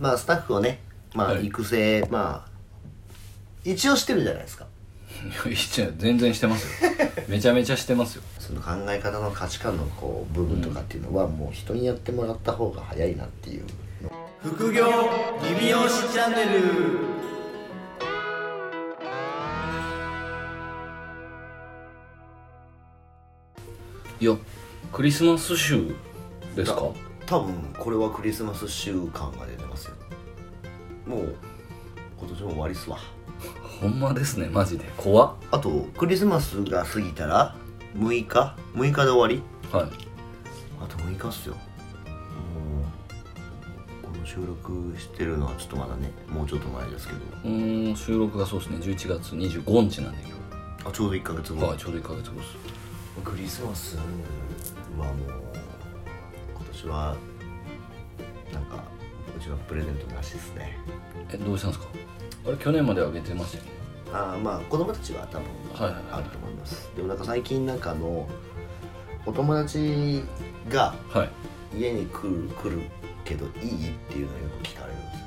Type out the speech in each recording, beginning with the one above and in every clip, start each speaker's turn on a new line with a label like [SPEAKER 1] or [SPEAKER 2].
[SPEAKER 1] まあスタッフをね、まあ
[SPEAKER 2] はい
[SPEAKER 1] 育成、まあ、一応してるじゃないですか。
[SPEAKER 2] いやじゃあ全然してますよめちゃめちゃしてますよ
[SPEAKER 1] その考え方の価値観のこう部分とかっていうのはもう人にやってもらった方が早いなっていう副業リビオシチャンネル
[SPEAKER 2] いやクリスマス週ですか
[SPEAKER 1] 多分これはクリスマス週間が出てますよもう今年も終わりっすわ
[SPEAKER 2] ほんまですねマジで怖っ
[SPEAKER 1] あとクリスマスが過ぎたら6日6日で終わり
[SPEAKER 2] はい
[SPEAKER 1] あと6日っすよもうこの収録してるのはちょっとまだねもうちょっと前ですけど
[SPEAKER 2] うーん収録がそうですね11月25日なんで今
[SPEAKER 1] あちょうど1ヶ月
[SPEAKER 2] 日
[SPEAKER 1] 後
[SPEAKER 2] はいちょうど1ヶ月後です
[SPEAKER 1] クリスマスはもう今年はなんかうちはプレゼントなしですね
[SPEAKER 2] えどうしたんですかあれ去年まであげてましたよね
[SPEAKER 1] あーまあ子供たちは多分
[SPEAKER 2] はいはいはい
[SPEAKER 1] あると思います、でもなんか最近なんかあのお友達が
[SPEAKER 2] はい
[SPEAKER 1] 家に来る来るけどいいっていうのをよく聞かれるんですよ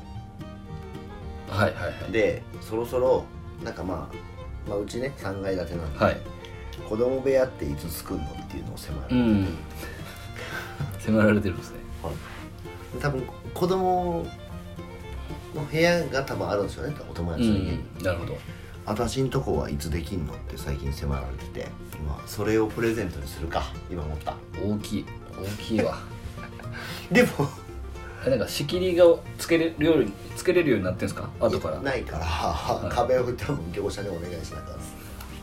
[SPEAKER 2] はいはいはい
[SPEAKER 1] でそろそろなんかまあ、まあ、うちね3階建てなんで、
[SPEAKER 2] はい
[SPEAKER 1] 子供部屋っていつ作るのっていうのを迫られ
[SPEAKER 2] う
[SPEAKER 1] て、
[SPEAKER 2] ん迫られてるんですね
[SPEAKER 1] 多分子供の部屋が多分あるんですよねお友
[SPEAKER 2] う
[SPEAKER 1] 達の家に、
[SPEAKER 2] んなるほど
[SPEAKER 1] 私んとこはいつできんのって最近迫られててまあそれをプレゼントにするか今思った
[SPEAKER 2] 大きい大きいわ
[SPEAKER 1] でも
[SPEAKER 2] えなんか仕切りがつけれるようにつけれるようになってんですか後から
[SPEAKER 1] ないから、
[SPEAKER 2] い
[SPEAKER 1] 壁を多分業者にお願いしなかったです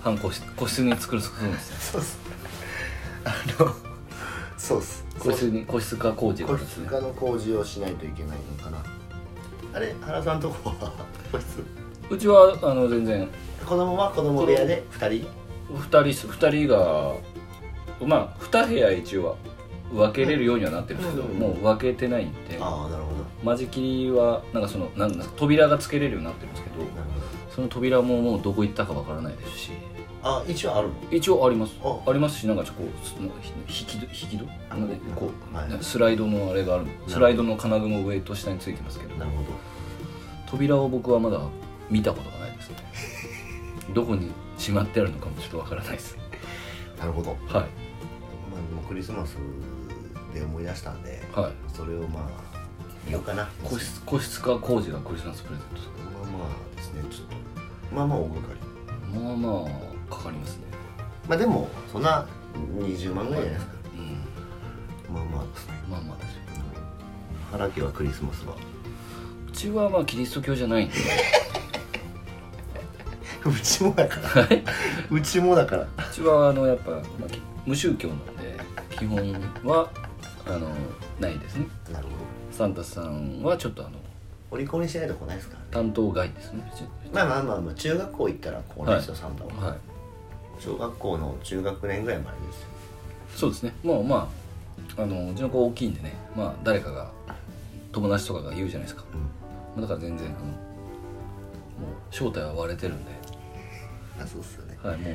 [SPEAKER 2] 半個室個室に作る作るんですね
[SPEAKER 1] そうっすあのそうっす
[SPEAKER 2] 個室に個室化工事
[SPEAKER 1] 個
[SPEAKER 2] がです
[SPEAKER 1] 室
[SPEAKER 2] ね
[SPEAKER 1] 化の工事をしないといけないのかなあれ原さんとこは 個室
[SPEAKER 2] うちはあの全然
[SPEAKER 1] 子供は子供部屋で2人
[SPEAKER 2] 2人っす二人がまあ2部屋一応は分けれるようにはなってるんですけど、
[SPEAKER 1] うん
[SPEAKER 2] もう分けてないんで
[SPEAKER 1] ああなるほど
[SPEAKER 2] 間仕切りはなんかそのなんだ扉がつけれるようになってるんですけど
[SPEAKER 1] なるほど
[SPEAKER 2] その扉ももうどこ行ったかわからないですし
[SPEAKER 1] あ一応あるの
[SPEAKER 2] 一応あります
[SPEAKER 1] あ
[SPEAKER 2] ありますしなんかちょっとこうすなんかひ引き戸引き戸なんでこう、
[SPEAKER 1] はい
[SPEAKER 2] スライドのあれがあるスライドの金具も上と下についてますけど
[SPEAKER 1] なるほ
[SPEAKER 2] 扉を僕はまだ見たことがないですねどこにしまってあるのかもちょっとわからないです
[SPEAKER 1] どなるほど、ま
[SPEAKER 2] は
[SPEAKER 1] あ、でもクリスマスで思い出したんで
[SPEAKER 2] いはい
[SPEAKER 1] それをまあ見ようかな
[SPEAKER 2] 個室個室化工事がクリスマスプレゼン
[SPEAKER 1] まあまあですねちょっとまあまあ大掛かり
[SPEAKER 2] トですまあまあかかりますね
[SPEAKER 1] まあでもそんな20万ぐらいじゃないですか
[SPEAKER 2] うん
[SPEAKER 1] まあまあですね
[SPEAKER 2] まあまあですよ
[SPEAKER 1] 原家はクリスマスは
[SPEAKER 2] うちはまあキリスト教じゃないんで
[SPEAKER 1] うちもだから
[SPEAKER 2] はいう
[SPEAKER 1] ちもだから
[SPEAKER 2] うちはあのやっぱ、まあ、き無宗教なんで基本はあのないですね
[SPEAKER 1] なるほど
[SPEAKER 2] サンタさんはちょっとあの
[SPEAKER 1] お利口にしないとこないですからね
[SPEAKER 2] 担当外ですねうち
[SPEAKER 1] まあまあまあまあ中学校行ったらこうなんですよ、サンタは
[SPEAKER 2] はい
[SPEAKER 1] 小学校の中学年ぐらいまでですよ
[SPEAKER 2] そうですねもうまああのうちの子大きいんでねまあ誰かが友達とかが言うじゃないですか、
[SPEAKER 1] うん
[SPEAKER 2] まあだから全然あのもう正体は割れてるんで
[SPEAKER 1] あそうっすよね
[SPEAKER 2] はいも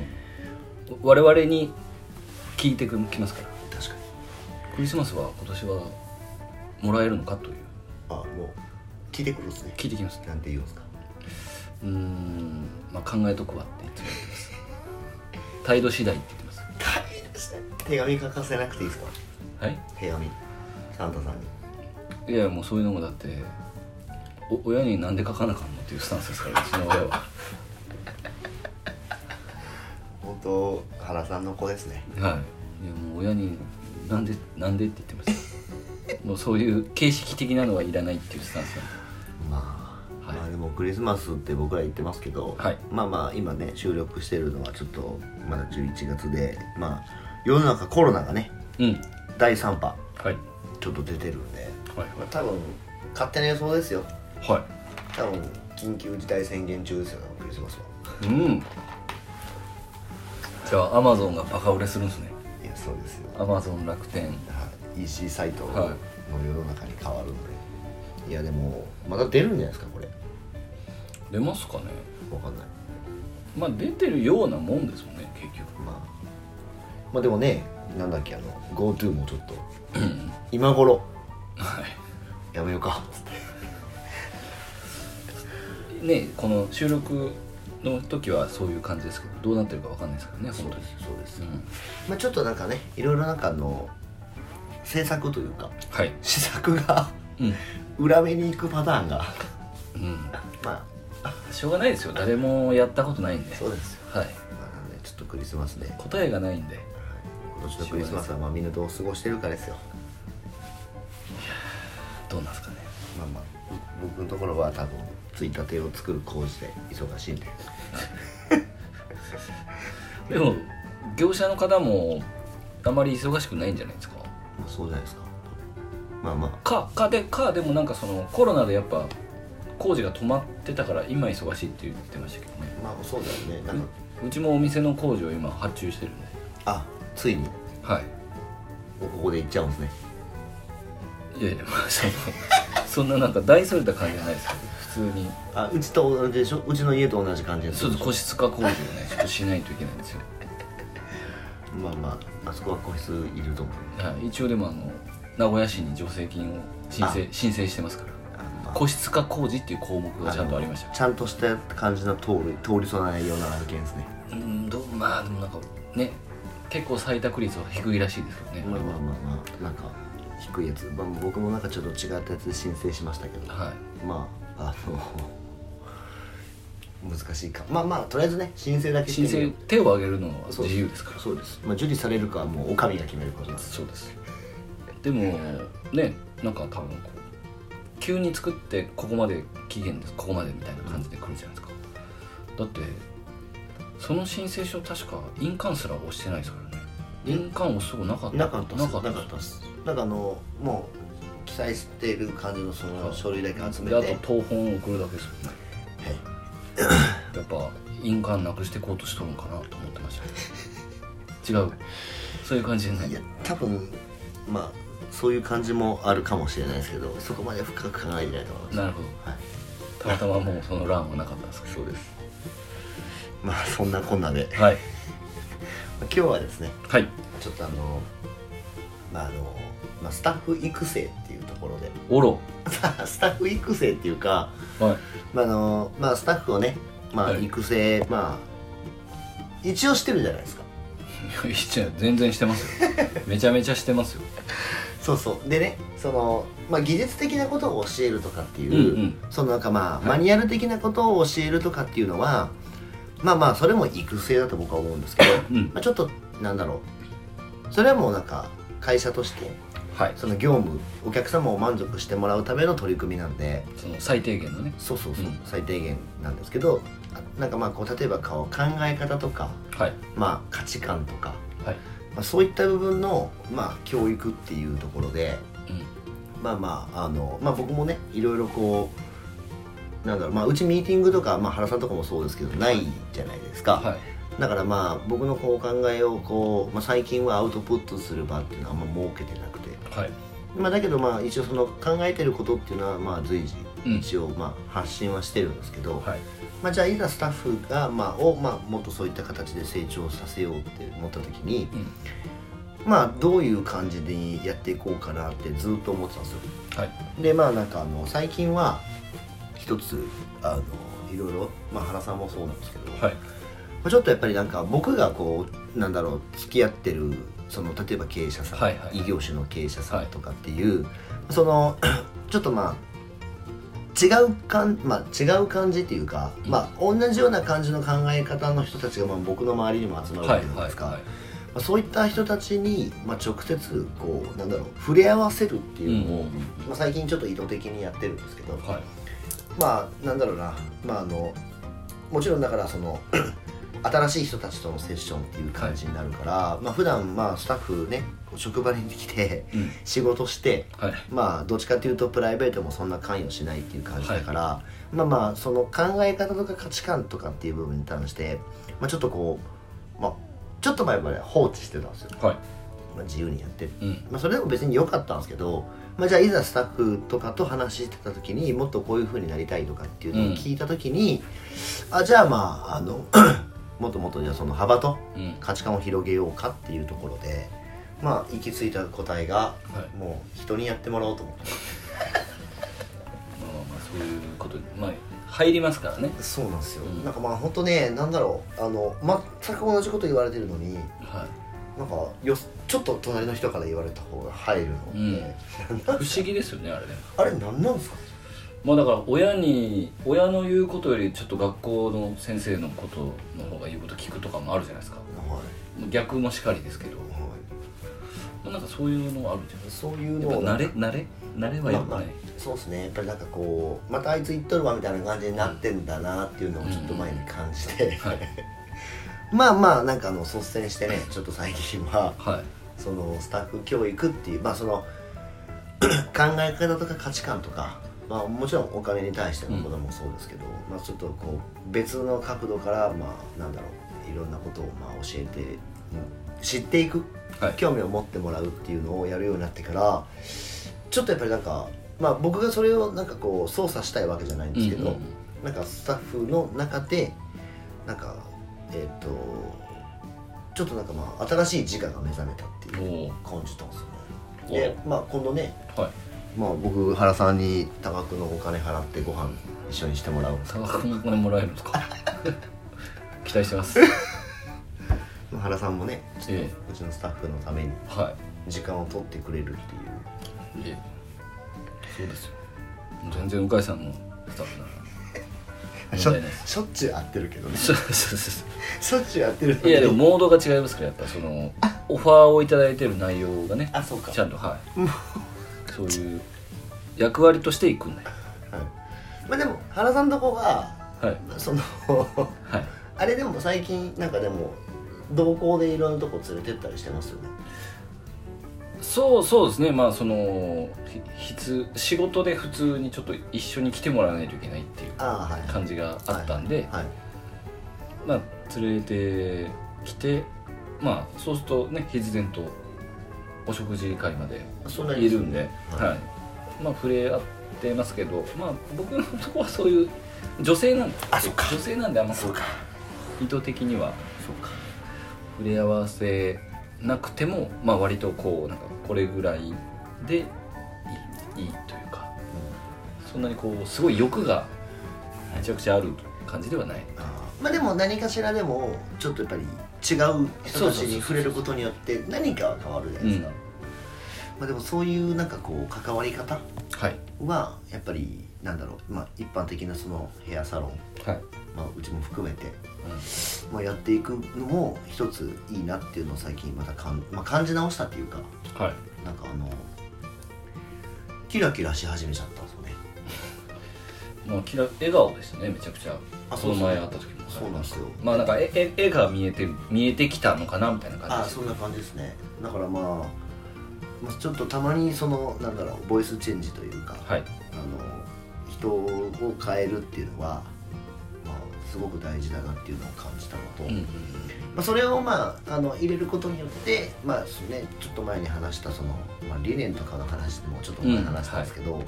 [SPEAKER 2] う我々に聞いてくきますから
[SPEAKER 1] 確かに
[SPEAKER 2] クリスマスは今年はもらえるのかという
[SPEAKER 1] あもう聞いてくるっすね
[SPEAKER 2] 聞いてきます
[SPEAKER 1] なんて言うんですか
[SPEAKER 2] うーんまあ考えとくわっていつも言ってます態度次第って言ってます
[SPEAKER 1] 大変ですね手紙書かせなくていいですか
[SPEAKER 2] はい
[SPEAKER 1] 手紙サンタさんに
[SPEAKER 2] いやもうそういうのもだってお親になんで書かなあかんのっていうスタンスですからうちの親は
[SPEAKER 1] 本当原さんの子ですね
[SPEAKER 2] はい、いやもう親に「なんでなんで?」って言っ てますもうそういう形式的なのはいらないっていうスタンスなんで
[SPEAKER 1] まあ、
[SPEAKER 2] はい
[SPEAKER 1] まあでもクリスマスって僕ら言ってますけど、
[SPEAKER 2] はい
[SPEAKER 1] まあまあ今ね収録してるのはちょっとまだ11月でまあ世の中コロナがね
[SPEAKER 2] うん
[SPEAKER 1] 第3波
[SPEAKER 2] はい
[SPEAKER 1] ちょっと出てるんで、
[SPEAKER 2] はい
[SPEAKER 1] まあ、多分勝手な予想ですよ
[SPEAKER 2] は
[SPEAKER 1] 多分緊急事態宣言中ですよねクリスマスはい
[SPEAKER 2] うんじゃあアマゾンがバカ売れするんですね
[SPEAKER 1] いやそうですよ
[SPEAKER 2] アマゾン楽天
[SPEAKER 1] はい EC サイトの
[SPEAKER 2] は
[SPEAKER 1] 世の中に変わるんで、い、やでもまだ出るんじゃないですかこれ
[SPEAKER 2] 出ますかね
[SPEAKER 1] わかんない
[SPEAKER 2] まあ出てるようなもんですもんね結局
[SPEAKER 1] まあまあでもねなんだっけあの GoTo もちょっと今頃
[SPEAKER 2] はい
[SPEAKER 1] やめようかっつって
[SPEAKER 2] ねこの収録の時はそういう感じですけどどうなってるかわかんないですからね
[SPEAKER 1] そ
[SPEAKER 2] 本
[SPEAKER 1] う
[SPEAKER 2] 当
[SPEAKER 1] で
[SPEAKER 2] に
[SPEAKER 1] すそうです、
[SPEAKER 2] うん
[SPEAKER 1] まあ、ちょっとなんかねいろいろなんかあの制作というか
[SPEAKER 2] はい
[SPEAKER 1] 試作が
[SPEAKER 2] うん、
[SPEAKER 1] 裏目に行くパターンが
[SPEAKER 2] うん、
[SPEAKER 1] ま
[SPEAKER 2] しょうがないですよ誰もやったことないんで
[SPEAKER 1] あそうですよ、
[SPEAKER 2] はい
[SPEAKER 1] まあ、なんでちょっとクリスマスね、はい、
[SPEAKER 2] 答えがないんで
[SPEAKER 1] 今年のクリスマスはまあみんなどう過ごしてるかですよ
[SPEAKER 2] どうなんですかね
[SPEAKER 1] まあまあぼ僕のところは多分ついたてを作る工事で忙しいんで
[SPEAKER 2] でも業者の方もあまり忙しくないんじゃないですか
[SPEAKER 1] まあそうじゃないですかまあまあ
[SPEAKER 2] かかでかでもなんかそのコロナでやっぱ工事が止まってたから今忙しいって言ってましたけどね
[SPEAKER 1] まあそうだよねなんか
[SPEAKER 2] ううちもお店の工事を今発注してるんで
[SPEAKER 1] あついに
[SPEAKER 2] はい
[SPEAKER 1] ここで行っちゃうんですね
[SPEAKER 2] いやいやまあそのそんななんか大それた感じじゃないですけど普通に
[SPEAKER 1] あうちと同じでしょうちの家と同じ感じで
[SPEAKER 2] そうです個室化工事をねちょっとしないといけないんですよ、
[SPEAKER 1] まあまああそこは個室いると思う
[SPEAKER 2] はい、一応でもあの名古屋市に助成金を申請申請してますから
[SPEAKER 1] あまあ
[SPEAKER 2] 個室化工事っていう項目がちゃんとありましたよ
[SPEAKER 1] ちゃんとした感じの通り通り備えような案件ですね
[SPEAKER 2] うんどうまあでもなんかね結構採択率は低いらしいですけどね、
[SPEAKER 1] まあまあまあまあなんか低いやつ、まあ、僕もなんかちょっと違ったやつで申請しましたけど、
[SPEAKER 2] はい
[SPEAKER 1] まああの難しいかまあまあとりあえずね申請だけして
[SPEAKER 2] 申
[SPEAKER 1] みよ
[SPEAKER 2] 請
[SPEAKER 1] う
[SPEAKER 2] 手を挙げるのは自由ですから
[SPEAKER 1] そうです、まあ、受理されるかはもうお上が決めることなんです
[SPEAKER 2] そうですでもねなんか多分こう急に作ってここまで期限ですここまでみたいな感じで来るじゃないですかだってその申請書確か印鑑すら押してないですからね印鑑押すとこなかった
[SPEAKER 1] なかったっす
[SPEAKER 2] なかった
[SPEAKER 1] なかったっすなんかあのもう記載してる感じのその書類だけ集め
[SPEAKER 2] で
[SPEAKER 1] て、
[SPEAKER 2] あ
[SPEAKER 1] はい、
[SPEAKER 2] と東本を送るだけですよねやっぱ印鑑なくしてこうとしとるんかなと思ってましたね違うそういう感じじゃない
[SPEAKER 1] いや多分まあそういう感じもあるかもしれないですけどそこまで深く考えてないと思います
[SPEAKER 2] なるほど
[SPEAKER 1] はい
[SPEAKER 2] たまたまもうその欄はなかったんですけど
[SPEAKER 1] そうですまあそんなこんな で
[SPEAKER 2] はい
[SPEAKER 1] 今日はですね
[SPEAKER 2] はい
[SPEAKER 1] ちょっとあのまああの、まあ、スタッフ育成っていうところで
[SPEAKER 2] おろ
[SPEAKER 1] スタッフ育成っていうか、
[SPEAKER 2] はい
[SPEAKER 1] まああのまあ、スタッフをね、まあ、
[SPEAKER 2] はい
[SPEAKER 1] 育成、まあ一応してるじゃないですか
[SPEAKER 2] いやいや全然してますよめちゃめちゃしてますよ
[SPEAKER 1] そうそうでねその、まあ、技術的なことを教えるとかっていう、
[SPEAKER 2] うん
[SPEAKER 1] そのなんかまあ、
[SPEAKER 2] はい
[SPEAKER 1] マニュアル的なことを教えるとかっていうのはまあまあそれも育成だと僕は思うんですけど、
[SPEAKER 2] うんうん
[SPEAKER 1] まあ、ちょっとなんだろうそれはもうなんか会社として
[SPEAKER 2] はい
[SPEAKER 1] その業務お客様を満足してもらうための取り組みなんで
[SPEAKER 2] その最低限のね
[SPEAKER 1] そうそうそう、
[SPEAKER 2] うん
[SPEAKER 1] 最低限なんですけどあなんかまあこう例えばこう考え方とか、
[SPEAKER 2] はい
[SPEAKER 1] まあ、価値観とか、
[SPEAKER 2] はい
[SPEAKER 1] まあ、そういった部分の、まあ、教育っていうところで
[SPEAKER 2] うん
[SPEAKER 1] まあまああの、まあ、僕もねいろいろこうなんだろう、まあ、うちミーティングとか、まあ、原さんとかもそうですけどないじゃないですか、
[SPEAKER 2] はい
[SPEAKER 1] だからまあ僕のこう考えをこう、まあ、最近はアウトプットする場っていうのはあんま設けてなくて、
[SPEAKER 2] はい
[SPEAKER 1] まあ、だけどまあ一応その考えてることっていうのはまあ随時
[SPEAKER 2] うん
[SPEAKER 1] 一応まあ発信はしてるんですけど、
[SPEAKER 2] はい
[SPEAKER 1] まあ、じゃあいざスタッフが、まあ、を、まあ、もっとそういった形で成長させようって思った時に、
[SPEAKER 2] うん
[SPEAKER 1] まあどういう感じでやっていこうかなってずっと思ってたんですよ。
[SPEAKER 2] はい
[SPEAKER 1] でまあなんかあの最近は一つあのいろいろ、まあ、原さんもそうなんですけど、
[SPEAKER 2] はい
[SPEAKER 1] まあちょっとやっぱりなんか僕がこうなんだろう付き合ってるその例えば経営者さん、
[SPEAKER 2] はいはい
[SPEAKER 1] 異業種の経営者さんとかっていう、その ちょっとまあ違うかんまあ、違う感じっていうか、
[SPEAKER 2] うん
[SPEAKER 1] まあ、同じような感じの考え方の人たちが、まあ、僕の周りにも集まるわ
[SPEAKER 2] はい
[SPEAKER 1] けじゃない
[SPEAKER 2] は
[SPEAKER 1] で
[SPEAKER 2] い
[SPEAKER 1] すか、
[SPEAKER 2] は
[SPEAKER 1] まあ、そういった人たちに、まあ、直接こうなんだろう触れ合わせるって
[SPEAKER 2] い
[SPEAKER 1] いうのを、
[SPEAKER 2] うん
[SPEAKER 1] まあ、最近ちょっと意図的にやってるんですけど、
[SPEAKER 2] はい
[SPEAKER 1] まあなんだろうなまああのもちろんだからその 新しい人たちとのセッションっていう感じになるから、まあ普段まあスタッフねこう職場に来て
[SPEAKER 2] うん
[SPEAKER 1] 仕事して
[SPEAKER 2] はい
[SPEAKER 1] まあどっちかというとプライベートもそんな関与しないっていう感じだから、まあまあその考え方とか価値観とかっていう部分に関して、まあ、ちょっとこう、まあ、ちょっと前まで放置してたんですよ、
[SPEAKER 2] は
[SPEAKER 1] まあ、自由にやってて
[SPEAKER 2] いうん
[SPEAKER 1] まあ、それでも別に良かったんですけど、まあ、じゃあいざスタッフとかと話してた時にもっとこういう風になりたいとかっていうのを聞いた時に、あじゃあまああの もっともっとじゃあその幅と
[SPEAKER 2] うん
[SPEAKER 1] 価値観を広げようかっていうところでまあ行き着いた答えが
[SPEAKER 2] はい
[SPEAKER 1] もう人にやってもらおうと思って
[SPEAKER 2] まあまあまあそういうここと、まあ、入りますからね
[SPEAKER 1] そうなんですよ、
[SPEAKER 2] うん
[SPEAKER 1] なんかまあ本当ねなんだろうあの全く同じこと言われてるのに
[SPEAKER 2] はい
[SPEAKER 1] なんかよちょっと隣の人から言われた方が入るのって、
[SPEAKER 2] うん不思議ですよねあれね
[SPEAKER 1] あれ何なんですか
[SPEAKER 2] まあだから親に親の言うことよりちょっと学校の先生のことの方が言うこと聞くとかもあるじゃないですか
[SPEAKER 1] は
[SPEAKER 2] 逆もしかりですけ
[SPEAKER 1] い、
[SPEAKER 2] ど
[SPEAKER 1] は
[SPEAKER 2] まあなんかそういうのあるじゃ
[SPEAKER 1] い、そういう
[SPEAKER 2] ない
[SPEAKER 1] の
[SPEAKER 2] や
[SPEAKER 1] を
[SPEAKER 2] っぱ慣れ慣れ慣れはよく
[SPEAKER 1] まあま
[SPEAKER 2] ない、
[SPEAKER 1] あそうですねやっぱりなんかこうまたあいつ言っとるわみたいな感じになってんだなっていうのをちょっと前に感じて、
[SPEAKER 2] はい
[SPEAKER 1] まあまあなんかあの率先してねちょっと最近は
[SPEAKER 2] はい
[SPEAKER 1] そのスタッフ教育っていうまあその 考え方とか価値観とか、まあ、もちろんお金に対してのこともそうですけど、まあ、ちょっとこう別の角度からまあなんだろういろんなことをまあ教えてうん知っていく
[SPEAKER 2] はい
[SPEAKER 1] 興味を持ってもらうっていうのをやるようになってからちょっとやっぱりなんか、まあ、僕がそれをなんかこう操作したいわけじゃないんですけど、
[SPEAKER 2] うんうん
[SPEAKER 1] なんかスタッフの中でなんかえっ、とちょっとなんかまあ新しい自我が目覚めたって
[SPEAKER 2] うん
[SPEAKER 1] いう
[SPEAKER 2] お
[SPEAKER 1] 感じたんですよね。
[SPEAKER 2] お
[SPEAKER 1] でまあ今度ね、
[SPEAKER 2] おはい
[SPEAKER 1] まあ、僕原さんに多額のお金払ってご飯一緒にしてもらうんです
[SPEAKER 2] 差額のお金もらえるんですか 期待してます
[SPEAKER 1] 原さんもね
[SPEAKER 2] え
[SPEAKER 1] うちのスタッフのために
[SPEAKER 2] えはい
[SPEAKER 1] 時間を取ってくれるっていう
[SPEAKER 2] ええそうですよ全然鵜飼さんのスタッフなら問
[SPEAKER 1] しょ
[SPEAKER 2] 題ないです
[SPEAKER 1] しょっちゅう会ってるけどね
[SPEAKER 2] そうそうそうそ
[SPEAKER 1] しょ
[SPEAKER 2] う
[SPEAKER 1] っちゅうやってるの
[SPEAKER 2] いやでもモードが違いますからやっぱそのオファーをいただいてる内容がね
[SPEAKER 1] あそうか
[SPEAKER 2] ちゃんとはいそういう役割としていくんだよ
[SPEAKER 1] はい、まあでも原さんとこが
[SPEAKER 2] はい
[SPEAKER 1] その
[SPEAKER 2] はい
[SPEAKER 1] あれでも最近なんかでも同行でいろんなとこ連れてったりしてますよね
[SPEAKER 2] そうそうですねまあそのひ必仕事で普通にちょっと一緒に来てもらわないといけないっていう
[SPEAKER 1] ああはい
[SPEAKER 2] 感じがあったんで、
[SPEAKER 1] はい
[SPEAKER 2] まあ連れてきてまあそうするとね必然とお食事会まで
[SPEAKER 1] そんなに
[SPEAKER 2] いるんで、
[SPEAKER 1] は
[SPEAKER 2] はいいまあ触れ合ってますけど、まあ、僕のとこはそういう女性なんで
[SPEAKER 1] あそっか
[SPEAKER 2] 女性なんであんま
[SPEAKER 1] そうか
[SPEAKER 2] 意図的には
[SPEAKER 1] そうか
[SPEAKER 2] 触れ合わせなくても、まあ、割とこうなんかこれぐらいでいいいいというか、そんなにこうすごい欲がめちゃくちゃある感じではない
[SPEAKER 1] あーまあでも何かしらでもちょっとやっぱり違う人たちに触れることによって何かは変わるじゃないですか、まあでもそういうなんかこう関わり方
[SPEAKER 2] はい
[SPEAKER 1] はやっぱりなんだろうまあ一般的なそのヘアサロン、
[SPEAKER 2] はい、
[SPEAKER 1] まあ、うちも含めてまあ、やっていくのも一ついいなっていうのを最近またかん、まあ、感じ直したっていうか
[SPEAKER 2] はい
[SPEAKER 1] なんかあのキラキラし始めちゃったんですよね
[SPEAKER 2] まあ、きら笑顔でしたねめちゃくちゃ
[SPEAKER 1] あ
[SPEAKER 2] こ
[SPEAKER 1] そ
[SPEAKER 2] の
[SPEAKER 1] うそう
[SPEAKER 2] 前会った時も
[SPEAKER 1] そうなんですよ
[SPEAKER 2] まあなんか絵絵絵が見えて見えてきたのかなみたいな感
[SPEAKER 1] あ
[SPEAKER 2] じで
[SPEAKER 1] そんな感じですねだからまあ、まあ、ちょっとたまにそのなんだろうボイスチェンジというか、
[SPEAKER 2] はい
[SPEAKER 1] あの人を変えるっていうのは、まあ、すごく大事だなっていうのを感じたのと、
[SPEAKER 2] うんうん
[SPEAKER 1] まあ、それを、まあ、あの入れることによって、まあそうね、ちょっと前に話したその、まあ、理念とかの話もちょっと前に話したんですけど、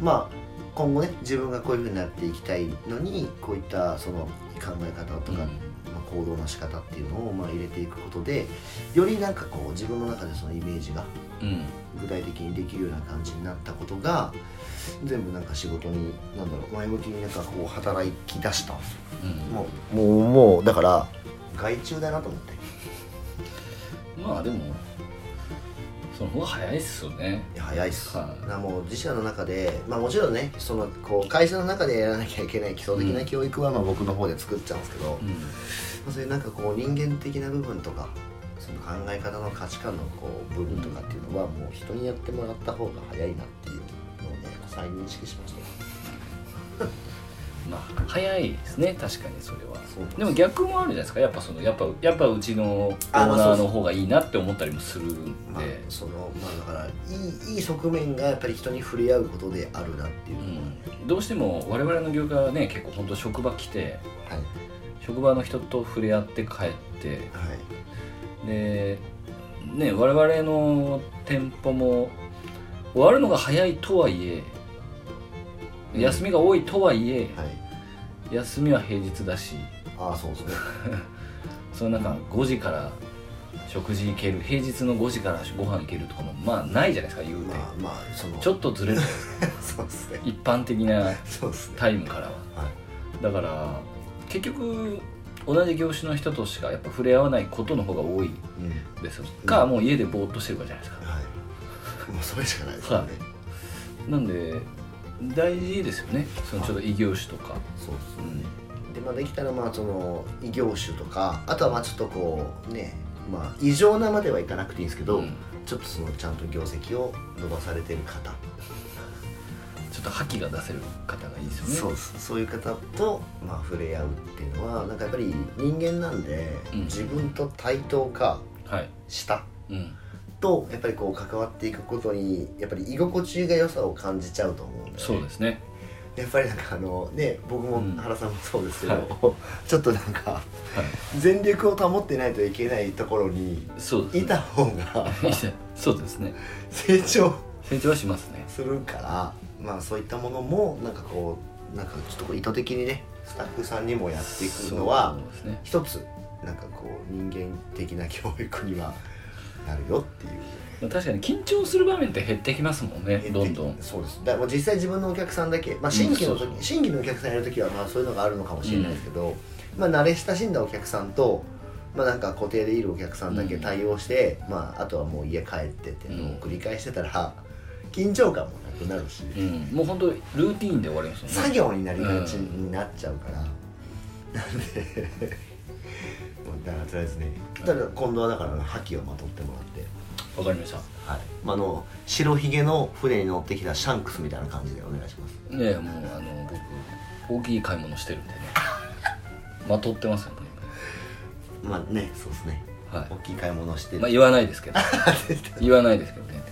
[SPEAKER 1] まあ、今後ね自分がこういうふうになっていきたいのにこういったその考え方と
[SPEAKER 2] うん
[SPEAKER 1] か、まあ、行動の仕方っていうのを、まあ、入れていくことでよりなんかこう自分の中でそのイメージが
[SPEAKER 2] うん
[SPEAKER 1] 具体的にできるような感じになったことが全部なんか仕事になんだろう前向きになんかこう働き出したんですよ
[SPEAKER 2] うん
[SPEAKER 1] もうもうもうだから外注だなと思って。
[SPEAKER 2] まあでもその方が早いっすよね
[SPEAKER 1] いや早いっす、
[SPEAKER 2] はい
[SPEAKER 1] なもう自社の中で、まあ、もちろんねそのこう会社の中でやらなきゃいけない基礎的な教育はまあ僕の方で作っちゃうんですけど、
[SPEAKER 2] うん
[SPEAKER 1] まあそういうなんかこう人間的な部分とかその考え方の価値観のこう部分とかっていうのはもう人にやってもらった方が早いなっていうのをね再認識しましたよ
[SPEAKER 2] まあ早いですね確かにそれは
[SPEAKER 1] そうなんです
[SPEAKER 2] でも逆もあるじゃないですかやっぱそのやっぱやっぱうちのオー
[SPEAKER 1] あまあそう
[SPEAKER 2] ナー
[SPEAKER 1] そう
[SPEAKER 2] の方がいいなって思ったりもするん
[SPEAKER 1] まあ
[SPEAKER 2] で、
[SPEAKER 1] そのまあだからいいいい側面がやっぱり人に触れ合うことであるなっていう
[SPEAKER 2] う
[SPEAKER 1] のはね、
[SPEAKER 2] ん、どうしても我々の業界はね結構本当職場来て
[SPEAKER 1] はい
[SPEAKER 2] 職場の人と触れ合って帰って
[SPEAKER 1] はい
[SPEAKER 2] でね我々の店舗も終わるのが早いとはいえ
[SPEAKER 1] うん
[SPEAKER 2] 休みが多いとはいえ、
[SPEAKER 1] はい
[SPEAKER 2] 休みは平日だし
[SPEAKER 1] ああそうですね
[SPEAKER 2] そのなんか5時から食事行ける平日の5時からご飯行けるとかもまあないじゃないですか言う
[SPEAKER 1] ま
[SPEAKER 2] て、
[SPEAKER 1] あまあその
[SPEAKER 2] ちょっとずれる
[SPEAKER 1] そうっすね
[SPEAKER 2] 一般的な
[SPEAKER 1] そうっすね
[SPEAKER 2] タイムからは
[SPEAKER 1] はい
[SPEAKER 2] だから結局同じ業種の人としかやっぱ触れ合わないことの方が多い
[SPEAKER 1] うん
[SPEAKER 2] ですか、もう家でぼーっとしてるからじゃないですか
[SPEAKER 1] はいもうそれしかないですよね、
[SPEAKER 2] はいなんで大事ですよねそのちょっと異業種とか、
[SPEAKER 1] そうっす
[SPEAKER 2] う
[SPEAKER 1] ね
[SPEAKER 2] ん
[SPEAKER 1] でまあ、できたらまあその異業種とかあとはまあちょっとこうねまあ異常なまではいかなくていいんですけど、
[SPEAKER 2] うん
[SPEAKER 1] ちょっとそのちゃんと業績を伸ばされてる方、
[SPEAKER 2] ちょっと覇気が出せる方がいいですよね
[SPEAKER 1] そうっすそういう方とまあ触れ合うっていうのはなんかやっぱり人間なんで、
[SPEAKER 2] うん
[SPEAKER 1] 自分と対等か
[SPEAKER 2] はい、
[SPEAKER 1] 下
[SPEAKER 2] うん、
[SPEAKER 1] とやっぱりこう関わっていくことにやっぱり居心地が良さを感じちゃうと思うんで
[SPEAKER 2] そうですね
[SPEAKER 1] やっぱりなんかあのね僕
[SPEAKER 2] う
[SPEAKER 1] も
[SPEAKER 2] ん
[SPEAKER 1] 原さんもそうですけど、
[SPEAKER 2] はい
[SPEAKER 1] ちょっとなんか
[SPEAKER 2] はい
[SPEAKER 1] 全力を保ってないといけないところに
[SPEAKER 2] そうです
[SPEAKER 1] い
[SPEAKER 2] ね
[SPEAKER 1] た方が
[SPEAKER 2] そうですね
[SPEAKER 1] 成長
[SPEAKER 2] 成長はしますね
[SPEAKER 1] するからまあそういったものもなんかこうなんかちょっとこう意図的にねスタッフさんにもやっていくのは
[SPEAKER 2] そうですね
[SPEAKER 1] 一つなんかこう人間的な教育にはなるよっていう
[SPEAKER 2] まあ確かに緊張する場面って減ってきますもんね
[SPEAKER 1] ね
[SPEAKER 2] どんどん
[SPEAKER 1] そうですだからもう実際自分のお客さんだけ、まあ、新規の時、
[SPEAKER 2] うんそうそう
[SPEAKER 1] 新規のお客さんやる時はまあそういうのがあるのかもしれないですけど、まあ、慣れ親しんだお客さんと、まあ、なんか固定でいるお客さんだけ対応して、まあ、あとはもう家帰ってっていうのを繰り返してたら、緊張感もなくなるし、
[SPEAKER 2] うん、もう本当ルーティーンで終わりますもんね
[SPEAKER 1] 作業になりがち
[SPEAKER 2] うん
[SPEAKER 1] になっちゃうから、なんで もうだからとりあえずねだから今度はだから覇気をまとってもらって。
[SPEAKER 2] わかりました
[SPEAKER 1] はい、まああの白ひげの船に乗ってきたシャンクスみたいな感じでお願いします
[SPEAKER 2] ねえもうあの僕大きい買い物してるんでね まとってますよね
[SPEAKER 1] まあねそうですね、
[SPEAKER 2] はい
[SPEAKER 1] 大きい買い物をしてる、
[SPEAKER 2] まあ言わないですけ ど言わないですけどね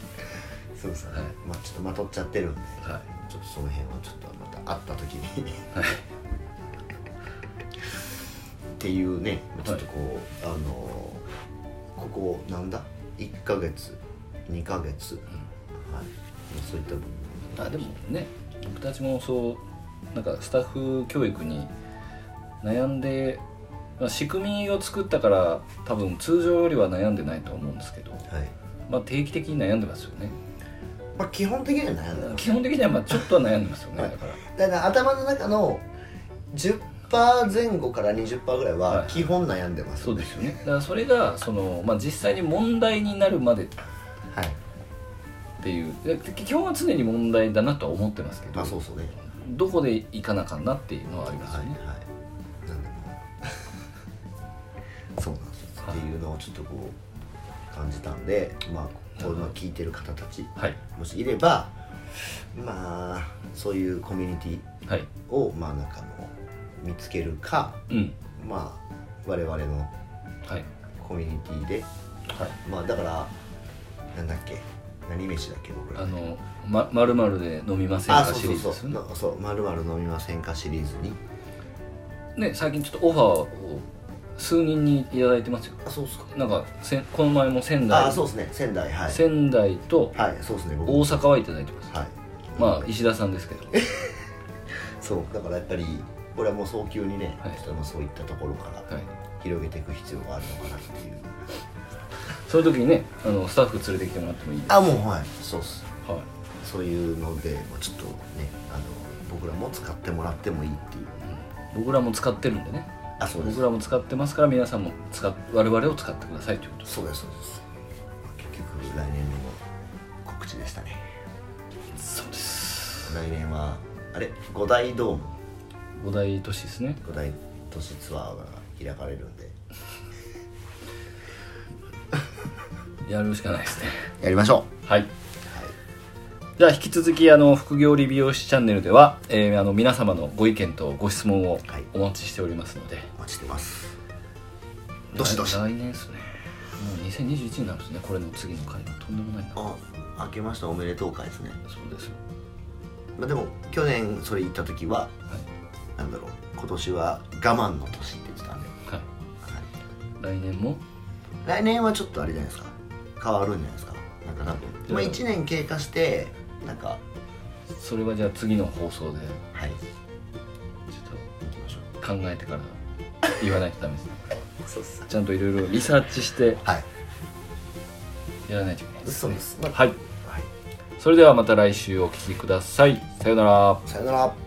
[SPEAKER 1] そうですね、
[SPEAKER 2] はい
[SPEAKER 1] まあちょっとまとっちゃってるんで
[SPEAKER 2] は
[SPEAKER 1] ちょっとその辺はちょっとまた会った時にっ
[SPEAKER 2] いはい
[SPEAKER 1] ていうねちょっとこう、あのここなんだ1ヶ月2ヶ月、はいそういった部分
[SPEAKER 2] あでもね僕たちもそうなんかスタッフ教育に悩んで、まあ、仕組みを作ったから多分通常よりは悩んでないと思うんですけど、
[SPEAKER 1] はい
[SPEAKER 2] まあ、定期的に悩んでますよね
[SPEAKER 1] まあ基本的には悩んだ
[SPEAKER 2] 基本的にはまあちょっとは悩んでますよね
[SPEAKER 1] は
[SPEAKER 2] だ
[SPEAKER 1] い
[SPEAKER 2] から
[SPEAKER 1] だから頭の中の10%前後から20%ぐらいは
[SPEAKER 2] はい
[SPEAKER 1] 基本悩んでます、
[SPEAKER 2] そうですよねだからそれがその、まあ、実際に問題になるまでっ
[SPEAKER 1] はい
[SPEAKER 2] ていうで基本は常に問題だなとは思ってますけど、
[SPEAKER 1] まあそうそうね
[SPEAKER 2] どこで行かなあかんなっていうのはあります
[SPEAKER 1] は
[SPEAKER 2] よ
[SPEAKER 1] い
[SPEAKER 2] ね、
[SPEAKER 1] はいなんでも そうなんですよ、
[SPEAKER 2] はい
[SPEAKER 1] っていうのをちょっとこう感じたんでまあこれを聞いてる方たち
[SPEAKER 2] はい
[SPEAKER 1] もしいればまあそういうコミュニテ
[SPEAKER 2] はい、
[SPEAKER 1] ィをまあなんかもう見つけるか
[SPEAKER 2] うん
[SPEAKER 1] まあ我々の
[SPEAKER 2] はい
[SPEAKER 1] コミュニティで
[SPEAKER 2] はい
[SPEAKER 1] まあだからなんだっけ何飯だっけ僕ら
[SPEAKER 2] あの、ま、まるまるで飲みません
[SPEAKER 1] あ
[SPEAKER 2] か
[SPEAKER 1] そう
[SPEAKER 2] シ
[SPEAKER 1] そ
[SPEAKER 2] リ
[SPEAKER 1] う
[SPEAKER 2] ーズ
[SPEAKER 1] そ
[SPEAKER 2] です
[SPEAKER 1] う
[SPEAKER 2] よね。
[SPEAKER 1] なそう「まるまる飲みませんか」シリーズに
[SPEAKER 2] ね、最近ちょっとオファーを数人にいただいてますよ。
[SPEAKER 1] あそうっすか
[SPEAKER 2] なんか、せんこの前も仙台
[SPEAKER 1] あ、そうですね仙台はい
[SPEAKER 2] 仙台と
[SPEAKER 1] はいそうですね僕
[SPEAKER 2] 大阪はいただいてます。
[SPEAKER 1] はい
[SPEAKER 2] まあ、石田さんですけど。はい。
[SPEAKER 1] そうだからやっぱりこれはもう早急にね、
[SPEAKER 2] はい
[SPEAKER 1] ちょっともうそういったところから広げていく必要があるのかなっていう
[SPEAKER 2] そういう時にね、あの、スタッフ連れてきてもらってもいいです。
[SPEAKER 1] あもうはいそうっす
[SPEAKER 2] は
[SPEAKER 1] そういうので、まあ、ちょっとねあの僕らも使ってもらってもいいっていう
[SPEAKER 2] い。僕らも使ってるんでね。
[SPEAKER 1] あそうです
[SPEAKER 2] 僕らも使ってますから、皆さんも使っ、我々を使ってくださいということ
[SPEAKER 1] そうですそうです、まあ、結局来年の告知でしたね
[SPEAKER 2] です。そうです。
[SPEAKER 1] 来年はあれ五大ドーム
[SPEAKER 2] 五大都市ですね。
[SPEAKER 1] 五大都市ツアーが開かれるんで
[SPEAKER 2] やるしかないですね。
[SPEAKER 1] やりましょ
[SPEAKER 2] はい。
[SPEAKER 1] うはい
[SPEAKER 2] じゃあ引き続きあの副業理美容師チャンネルでは、えーあの皆様のご意見とご質問を
[SPEAKER 1] はい
[SPEAKER 2] お待ちしておりますので、
[SPEAKER 1] お待ちしてますどしどし
[SPEAKER 2] 来来年ですねもう2021になるんですねこれの次の回はとんでもないな
[SPEAKER 1] あ明けましておめでとう会ですね
[SPEAKER 2] そうですよ
[SPEAKER 1] まあ、でも去年それ行った時は
[SPEAKER 2] は
[SPEAKER 1] なんだろう今年は我慢の年って言ってたんで、
[SPEAKER 2] い、はい、来年も
[SPEAKER 1] 来年はちょっとあれじゃないですか変わるんじゃないですかなんか多分、まあ、
[SPEAKER 2] うん
[SPEAKER 1] 1年経過してなんか
[SPEAKER 2] それはじゃあ次の放送でちょ
[SPEAKER 1] はい
[SPEAKER 2] っ
[SPEAKER 1] 行きましょう
[SPEAKER 2] と考えてから言わないとダメですね
[SPEAKER 1] そうっす
[SPEAKER 2] ちゃんといろいろリサーチして
[SPEAKER 1] はい
[SPEAKER 2] やらないといけないです
[SPEAKER 1] そう
[SPEAKER 2] ね
[SPEAKER 1] です、まあ
[SPEAKER 2] はい
[SPEAKER 1] はい、
[SPEAKER 2] それではまた来週お聞きくださいさようなら
[SPEAKER 1] さよなら